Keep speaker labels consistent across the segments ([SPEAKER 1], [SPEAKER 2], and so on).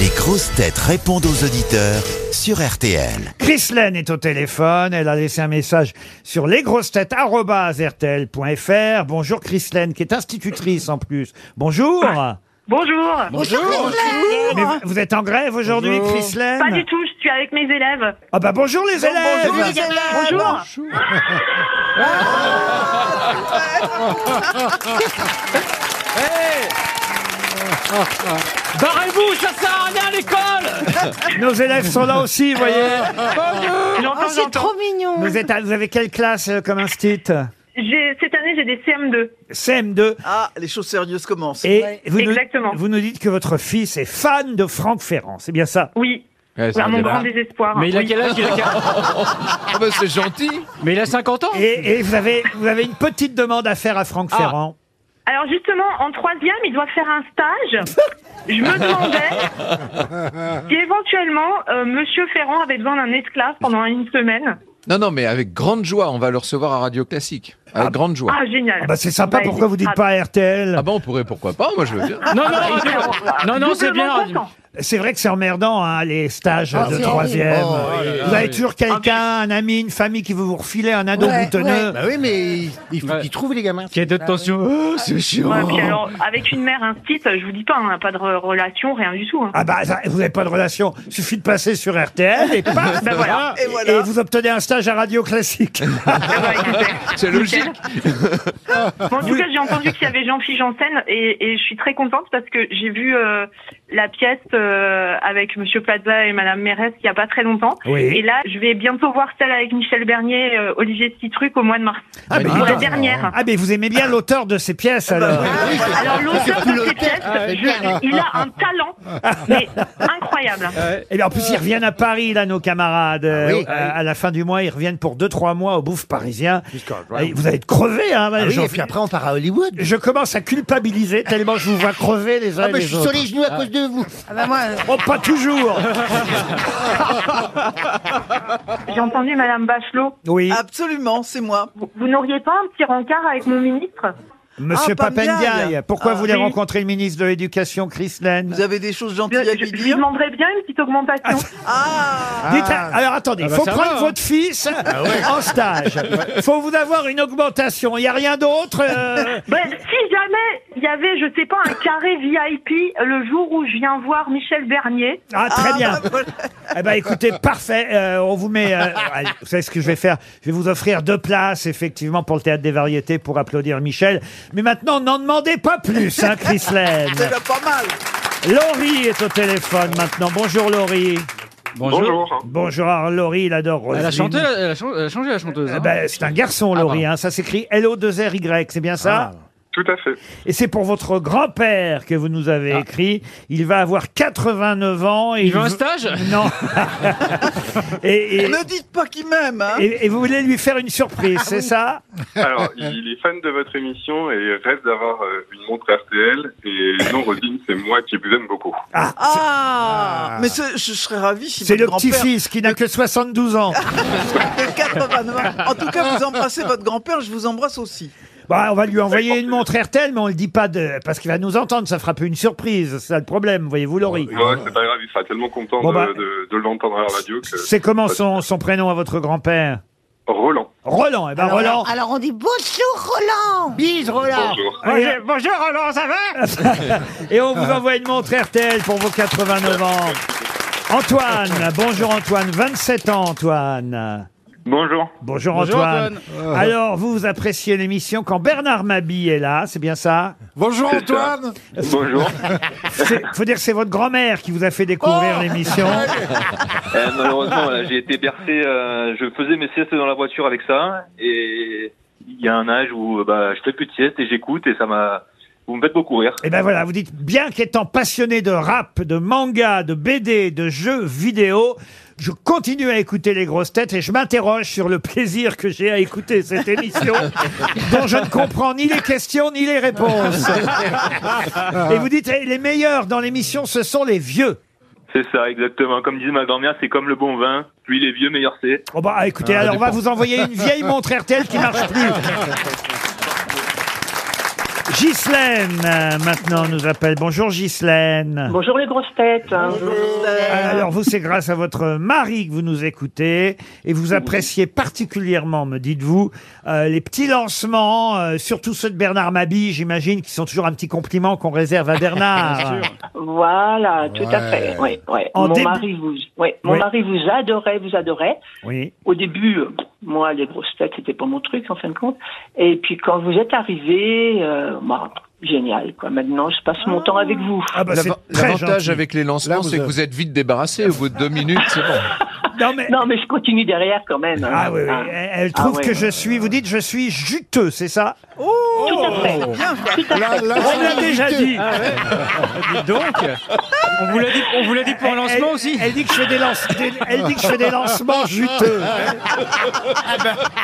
[SPEAKER 1] Les grosses têtes répondent aux auditeurs sur RTL.
[SPEAKER 2] Chrislaine est au téléphone. Elle a laissé un message sur lesgrossetêtes.rtl.fr. Bonjour Chrislaine, qui est institutrice en plus. Bonjour.
[SPEAKER 3] Bonjour.
[SPEAKER 2] Bonjour. Mais vous- vous êtes en grève aujourd'hui, Chrislaine
[SPEAKER 3] Pas du tout, je suis avec mes élèves.
[SPEAKER 2] Ah bah bonjour les élèves.
[SPEAKER 3] Bonjour.
[SPEAKER 4] Barrez-vous, ça sert à rien à l'école
[SPEAKER 2] Nos élèves sont là aussi, vous voyez.
[SPEAKER 3] J'entends, j'entends.
[SPEAKER 2] Vous êtes, à- vous avez quelle classe euh, comme instit
[SPEAKER 3] J'ai- Cette année, j'ai des CM2.
[SPEAKER 2] CM2.
[SPEAKER 5] Ah, les choses sérieuses commencent.
[SPEAKER 2] Et vous, nous,
[SPEAKER 3] Exactement.
[SPEAKER 2] vous nous dites que votre fils est fan de Franck Ferrand. C'est bien ça.
[SPEAKER 3] Oui. à mon grand désespoir.
[SPEAKER 4] Mais il a
[SPEAKER 3] Oui.
[SPEAKER 4] quel âge il a... c'est gentil Mais il a 50 ans
[SPEAKER 2] Et, et vous avez, vous avez une petite demande à faire à Franck
[SPEAKER 4] Ah.
[SPEAKER 2] Ferrand.
[SPEAKER 3] Alors justement, en troisième, il doit faire un stage. je me demandais si éventuellement euh, Monsieur Ferrand avait besoin d'un esclave pendant une semaine.
[SPEAKER 6] Non, non, mais avec grande joie, on va le recevoir à Radio Classique. Avec grande joie.
[SPEAKER 3] Ah génial.
[SPEAKER 2] Ah bah c'est sympa,
[SPEAKER 3] Bah,
[SPEAKER 2] pourquoi vous dites
[SPEAKER 3] ah,
[SPEAKER 2] pas RTL
[SPEAKER 6] Ah ben on pourrait, pourquoi pas, moi je veux bien. Oh,
[SPEAKER 4] Non, non,
[SPEAKER 3] bah,
[SPEAKER 4] radio- non, non, c'est bien.
[SPEAKER 3] doublement
[SPEAKER 4] radio-
[SPEAKER 3] content.
[SPEAKER 2] C'est vrai que c'est emmerdant, hein, les stages
[SPEAKER 7] Ah,
[SPEAKER 2] de troisième. bah,
[SPEAKER 7] Oh,
[SPEAKER 2] vous avez toujours quelqu'un, un ami, une famille qui veut vous refiler un ado boutonneux.
[SPEAKER 7] Bah oui, mais il- il faut
[SPEAKER 4] Ouais.
[SPEAKER 7] qu'ils trouvent les gamins.
[SPEAKER 4] Qui est de tension. Oh, c'est chiant.
[SPEAKER 3] Ouais, puis alors, avec une mère instite, je vous dis pas, hein, pas de re- relation, rien du tout. hein.
[SPEAKER 2] Ah bah, ça, vous n'avez pas de relation. Suffit de passer sur RTL et paf, ben
[SPEAKER 3] Bah voilà.
[SPEAKER 5] Et voilà.
[SPEAKER 2] Et vous obtenez un stage à Radio Classique.
[SPEAKER 3] Ah bah, écoutez.
[SPEAKER 6] C'est logique.
[SPEAKER 3] Bon, en tout cas, j'ai entendu qu'il y avait Jean-Philippe Janssen et, et je suis très contente parce que j'ai vu euh, la pièce euh, avec Monsieur Plaza et Madame Mérès il n'y a pas très longtemps. Et
[SPEAKER 2] Oui.
[SPEAKER 3] là, je vais bientôt voir celle avec Michel Bernier, euh, Olivier Citruc au mois de mars.
[SPEAKER 2] Ah, mais
[SPEAKER 3] Pour
[SPEAKER 2] dis
[SPEAKER 3] la
[SPEAKER 2] donc.
[SPEAKER 3] dernière.
[SPEAKER 2] Ah, mais vous aimez bien l'auteur de ces pièces,
[SPEAKER 7] Ah, bah
[SPEAKER 2] alors.
[SPEAKER 3] Alors l'auteur de ces pièces,
[SPEAKER 7] c'est
[SPEAKER 3] je-
[SPEAKER 7] clair.
[SPEAKER 3] il a un talent, mais incroyable.
[SPEAKER 2] Et bien, en plus, ils reviennent à Paris, là, nos camarades. Euh,
[SPEAKER 7] Ah, oui.
[SPEAKER 2] à, à la fin du mois, ils reviennent pour 2-3 mois au bouffe parisien. Et vous allez être crevés, hein,
[SPEAKER 7] Ah oui,
[SPEAKER 2] Jean-
[SPEAKER 7] et puis après, on part à Hollywood.
[SPEAKER 2] Je commence à culpabiliser tellement je vous vois crever les uns
[SPEAKER 7] Ah,
[SPEAKER 2] et
[SPEAKER 7] mais je
[SPEAKER 2] les
[SPEAKER 7] suis sur
[SPEAKER 2] autres.
[SPEAKER 7] les genoux à cause de vous.
[SPEAKER 2] Oh, pas toujours
[SPEAKER 3] J'ai entendu Madame Bachelot.
[SPEAKER 2] Oui,
[SPEAKER 5] Ah, Absolument, c'est moi.
[SPEAKER 3] Vous, vous n'auriez pas un petit rencard avec mon ministre
[SPEAKER 2] Monsieur
[SPEAKER 5] ah, Papendiaï.
[SPEAKER 2] Papendiaï, pourquoi
[SPEAKER 5] Ah,
[SPEAKER 2] vous voulez
[SPEAKER 3] oui.
[SPEAKER 2] rencontrer le ministre de l'Éducation, Chris Lane
[SPEAKER 5] Vous avez des choses
[SPEAKER 3] je,
[SPEAKER 5] gentilles à
[SPEAKER 3] je-
[SPEAKER 5] lui
[SPEAKER 3] je lui
[SPEAKER 5] dire
[SPEAKER 3] demanderais bien une petite augmentation.
[SPEAKER 5] Ah
[SPEAKER 2] Dites à- alors attendez, il
[SPEAKER 4] bah
[SPEAKER 2] faut
[SPEAKER 4] ça
[SPEAKER 2] prendre
[SPEAKER 4] va, hein.
[SPEAKER 2] votre fils en stage. faut vous avoir une augmentation. Il n'y a rien d'autre. euh,
[SPEAKER 3] Ben, si jamais il y avait, je sais pas, un carré VIP le jour où je viens voir Michel Bernier.
[SPEAKER 2] Ah, très
[SPEAKER 5] Ah,
[SPEAKER 2] bien.
[SPEAKER 5] bah, voilà.
[SPEAKER 2] Eh ben, écoutez, parfait. Euh, on vous met. euh, allez, vous savez ce que je vais faire Je vais vous offrir deux places, effectivement, pour le théâtre des variétés, pour applaudir Michel. Mais maintenant, n'en demandez pas plus, hein, Chris Lane.
[SPEAKER 5] C'est déjà pas mal.
[SPEAKER 2] Laurie est au téléphone maintenant. Bonjour Laurie.
[SPEAKER 4] Bonjour.
[SPEAKER 2] Bonjour alors, Laurie, il adore Roselyne.
[SPEAKER 4] Elle a chanté, bah. elle a, chan- elle a changé la chanteuse.
[SPEAKER 2] Eh
[SPEAKER 4] hein.
[SPEAKER 2] ben, c'est un garçon, Laurie. hein. Ça s'écrit L-O-2-R-Y, c'est bien
[SPEAKER 4] Ah
[SPEAKER 2] ça
[SPEAKER 4] bah.
[SPEAKER 8] Tout à fait.
[SPEAKER 2] Et c'est pour votre grand-père que vous nous avez écrit. Il va avoir 89 ans. Et
[SPEAKER 4] Ah. Il veut un
[SPEAKER 2] veut-
[SPEAKER 4] stage
[SPEAKER 2] Non. et, et-
[SPEAKER 5] Ne dites pas qu'il m'aime, hein.
[SPEAKER 2] et- et vous voulez lui faire une surprise,
[SPEAKER 4] Ah
[SPEAKER 2] c'est ça
[SPEAKER 8] Alors, il est fan de votre émission et rêve d'avoir euh, une montre RTL. Et non, Rosine, c'est moi qui vous aime beaucoup.
[SPEAKER 5] Ah, mais ce- je serais ravi si
[SPEAKER 2] C'est
[SPEAKER 5] votre
[SPEAKER 2] le
[SPEAKER 5] grand-père
[SPEAKER 2] petit-fils qui n'a que 72 ans.
[SPEAKER 5] de 89 ans- En tout cas, vous embrassez votre grand-père, je vous embrasse aussi.
[SPEAKER 2] Bah, on va lui envoyer une montre RTL, mais on le dit pas de... parce qu'il va nous entendre. Ça fera un peu une surprise. C'est ça le problème, voyez-vous, Laurie.
[SPEAKER 8] Moi, c'est pas grave, il sera tellement content
[SPEAKER 2] Bon,
[SPEAKER 8] de,
[SPEAKER 2] bah.
[SPEAKER 8] de- de l'entendre à la radio que.
[SPEAKER 2] C'est comment son, son prénom à votre grand-père
[SPEAKER 8] Roland,
[SPEAKER 2] Roland. Eh ben, Roland.
[SPEAKER 9] on dit bonjour Roland
[SPEAKER 7] Bise, Roland.
[SPEAKER 8] bonjour.
[SPEAKER 2] Bonjour, Roland, ça va Et on vous envoie une montre RTL pour vos 89 ans. Antoine, bonjour Antoine, 27 ans Antoine.
[SPEAKER 8] Bonjour.
[SPEAKER 2] Bonjour,
[SPEAKER 4] Bonjour,
[SPEAKER 2] Antoine. Alors, vous, vous appréciez l'émission quand Bernard Mabille est là, c'est bien ça
[SPEAKER 7] Bonjour,
[SPEAKER 8] C'est ça. Bonjour.
[SPEAKER 2] C'est- Faut dire que c'est votre grand-mère qui vous a fait découvrir l'émission.
[SPEAKER 10] Euh, malheureusement, voilà, j'ai été bercé. euh, je faisais mes siestes dans la voiture avec ça, et il y a un âge où euh, bah, je fais plus de sieste et j'écoute, et ça m'a. Vous me faites beaucoup rire.
[SPEAKER 2] Et ben voilà, vous dites, bien qu'étant passionné de rap, de manga, de BD, de jeux vidéo, je continue à écouter les grosses têtes et je m'interroge sur le plaisir que j'ai à écouter cette émission dont je ne comprends ni les questions ni les réponses. et vous dites, eh, les meilleurs dans l'émission, ce sont les vieux.
[SPEAKER 10] C'est ça, exactement. Comme disait ma grand-mère, c'est comme le bon vin. Plus il est vieux, meilleur c'est.
[SPEAKER 2] Bon bah écoutez, alors on va vous envoyer une vieille montre RTL qui marche plus. Ghislaine, euh, maintenant, nous appelle. Bonjour Ghislaine.
[SPEAKER 11] Bonjour les grosses têtes.
[SPEAKER 5] Euh,
[SPEAKER 2] Alors vous, c'est grâce à votre mari que vous nous écoutez et vous appréciez particulièrement, me dites-vous, euh, les petits lancements, euh, surtout ceux de Bernard Mabille, j'imagine, qui sont toujours un petit compliment qu'on réserve à Bernard.
[SPEAKER 11] Voilà, tout à
[SPEAKER 2] Ouais.
[SPEAKER 11] fait. Ouais, ouais.
[SPEAKER 2] En
[SPEAKER 11] Mon,
[SPEAKER 2] début-
[SPEAKER 11] mari vous, ouais, mon
[SPEAKER 2] Oui.
[SPEAKER 11] mari vous adorait, vous adorait.
[SPEAKER 2] Oui.
[SPEAKER 11] Au début, euh, moi, les grosses têtes, c'était pas mon truc, en fin de compte. Et puis, quand vous êtes arrivé, euh, bah, génial, quoi. Maintenant, je passe mon temps avec vous.
[SPEAKER 2] Ah Bah,
[SPEAKER 6] L'ava- L'avantage avec les lancements, c'est que vous êtes vite débarrassé. Au bout de deux minutes, c'est bon.
[SPEAKER 2] Non mais...
[SPEAKER 11] je continue derrière quand même. hein.
[SPEAKER 2] Ah oui, oui.
[SPEAKER 11] Ah.
[SPEAKER 2] Elle, elle trouve
[SPEAKER 11] Ah ouais.
[SPEAKER 2] que je suis, vous dites, je suis juteux, c'est ça
[SPEAKER 11] Tout à fait. Tout à
[SPEAKER 2] Là-
[SPEAKER 11] fait.
[SPEAKER 12] Ah,
[SPEAKER 2] là, On l'a c'est déjà juteux. dit. Ah,
[SPEAKER 12] donc, on vous l'a dit, on vous l'a dit pour un lancement aussi.
[SPEAKER 2] Elle dit que je fais des lance- des- elle dit que je fais des lancements juteux.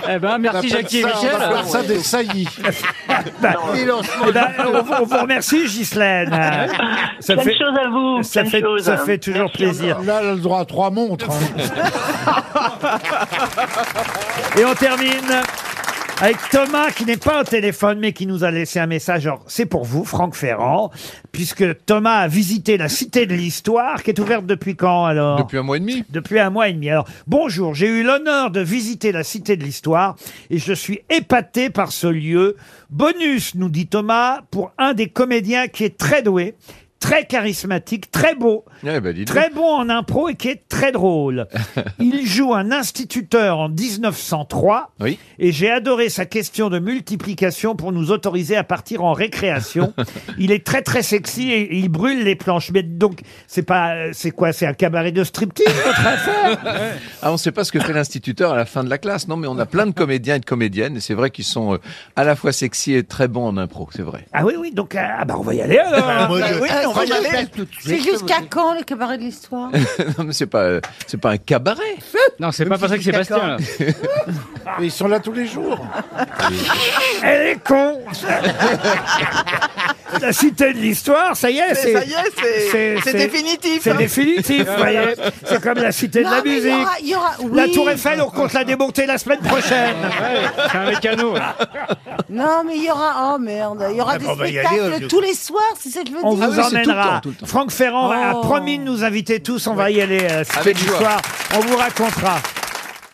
[SPEAKER 12] Eh ben, merci Jackie et
[SPEAKER 6] hein,
[SPEAKER 12] Michel.
[SPEAKER 2] saillies. Eh ben, on, vous- on vous remercie, Ghislaine.
[SPEAKER 12] Plein de choses
[SPEAKER 11] à vous. hein.
[SPEAKER 2] Ça
[SPEAKER 12] plein de
[SPEAKER 2] fait,
[SPEAKER 12] choses. hein.
[SPEAKER 2] ça fait toujours plaisir.
[SPEAKER 7] Là, elle a le droit à trois montres.
[SPEAKER 2] Et on termine avec Thomas qui n'est pas au téléphone mais qui nous a laissé un message. Genre, c'est pour vous, Franck Ferrand, puisque Thomas a visité la Cité de l'Histoire qui est ouverte depuis quand alors Depuis
[SPEAKER 6] un mois et demi.
[SPEAKER 2] Depuis un mois et demi. Alors, bonjour, j'ai eu l'honneur de visiter la Cité de l'Histoire et je suis épaté par ce lieu. Bonus, nous dit Thomas, pour un des comédiens qui est très doué. Très charismatique, très beau,
[SPEAKER 6] Eh ben, dis donc.
[SPEAKER 2] Très bon en impro et qui est très drôle. Il joue un instituteur en 1903.
[SPEAKER 6] Oui.
[SPEAKER 2] Et j'ai adoré sa question de multiplication pour nous autoriser à partir en récréation. il est très très sexy et il brûle les planches. Mais donc, c'est pas, euh, c'est quoi, c'est un cabaret de striptease votre affaire
[SPEAKER 6] Ah, on ne sait pas ce que fait l'instituteur à la fin de la classe. Non, mais on a plein de comédiens et de comédiennes. Et c'est vrai qu'ils sont euh, à la fois sexy et très bons en impro. C'est vrai.
[SPEAKER 2] Ah oui, oui, donc, ah bah on va y aller alors.
[SPEAKER 6] Bah, moi, je-
[SPEAKER 2] Ah oui,
[SPEAKER 6] Ah,
[SPEAKER 2] on va y
[SPEAKER 6] ça,
[SPEAKER 2] aller.
[SPEAKER 6] j'appelle tout de
[SPEAKER 9] C'est
[SPEAKER 6] suite.
[SPEAKER 9] jusqu'à quand le cabaret de l'histoire
[SPEAKER 6] non, mais c'est pas, euh, c'est pas un cabaret.
[SPEAKER 12] Non, c'est pas pour ça que Sébastien.
[SPEAKER 7] Ils sont là tous les jours.
[SPEAKER 2] Elle est con La cité de l'histoire, ça y est,
[SPEAKER 5] Mais
[SPEAKER 2] c'est.
[SPEAKER 5] ça y est, c'est- c'est définitif,
[SPEAKER 2] C'est
[SPEAKER 5] hein.
[SPEAKER 2] définitif, vous voyez. C'est comme la cité de
[SPEAKER 9] Non,
[SPEAKER 2] la
[SPEAKER 9] mais il y
[SPEAKER 2] musique.
[SPEAKER 9] aura- il y aura-
[SPEAKER 2] La
[SPEAKER 9] oui.
[SPEAKER 2] Tour Eiffel, on compte la démonter la semaine prochaine.
[SPEAKER 12] C'est un mécano.
[SPEAKER 9] Non, mais il y aura. Oh merde, il y aura
[SPEAKER 2] Ah
[SPEAKER 9] des
[SPEAKER 2] bon, on va y
[SPEAKER 9] spectacles
[SPEAKER 2] aller, euh,
[SPEAKER 9] tous les soirs, si ça te veut
[SPEAKER 2] On
[SPEAKER 9] dire.
[SPEAKER 2] vous emmènera.
[SPEAKER 9] Oh.
[SPEAKER 2] Franck Ferrand a promis de nous inviter tous. On va y aller. euh, Cité
[SPEAKER 6] Avec
[SPEAKER 2] de
[SPEAKER 6] joie.
[SPEAKER 2] l'histoire. On vous racontera.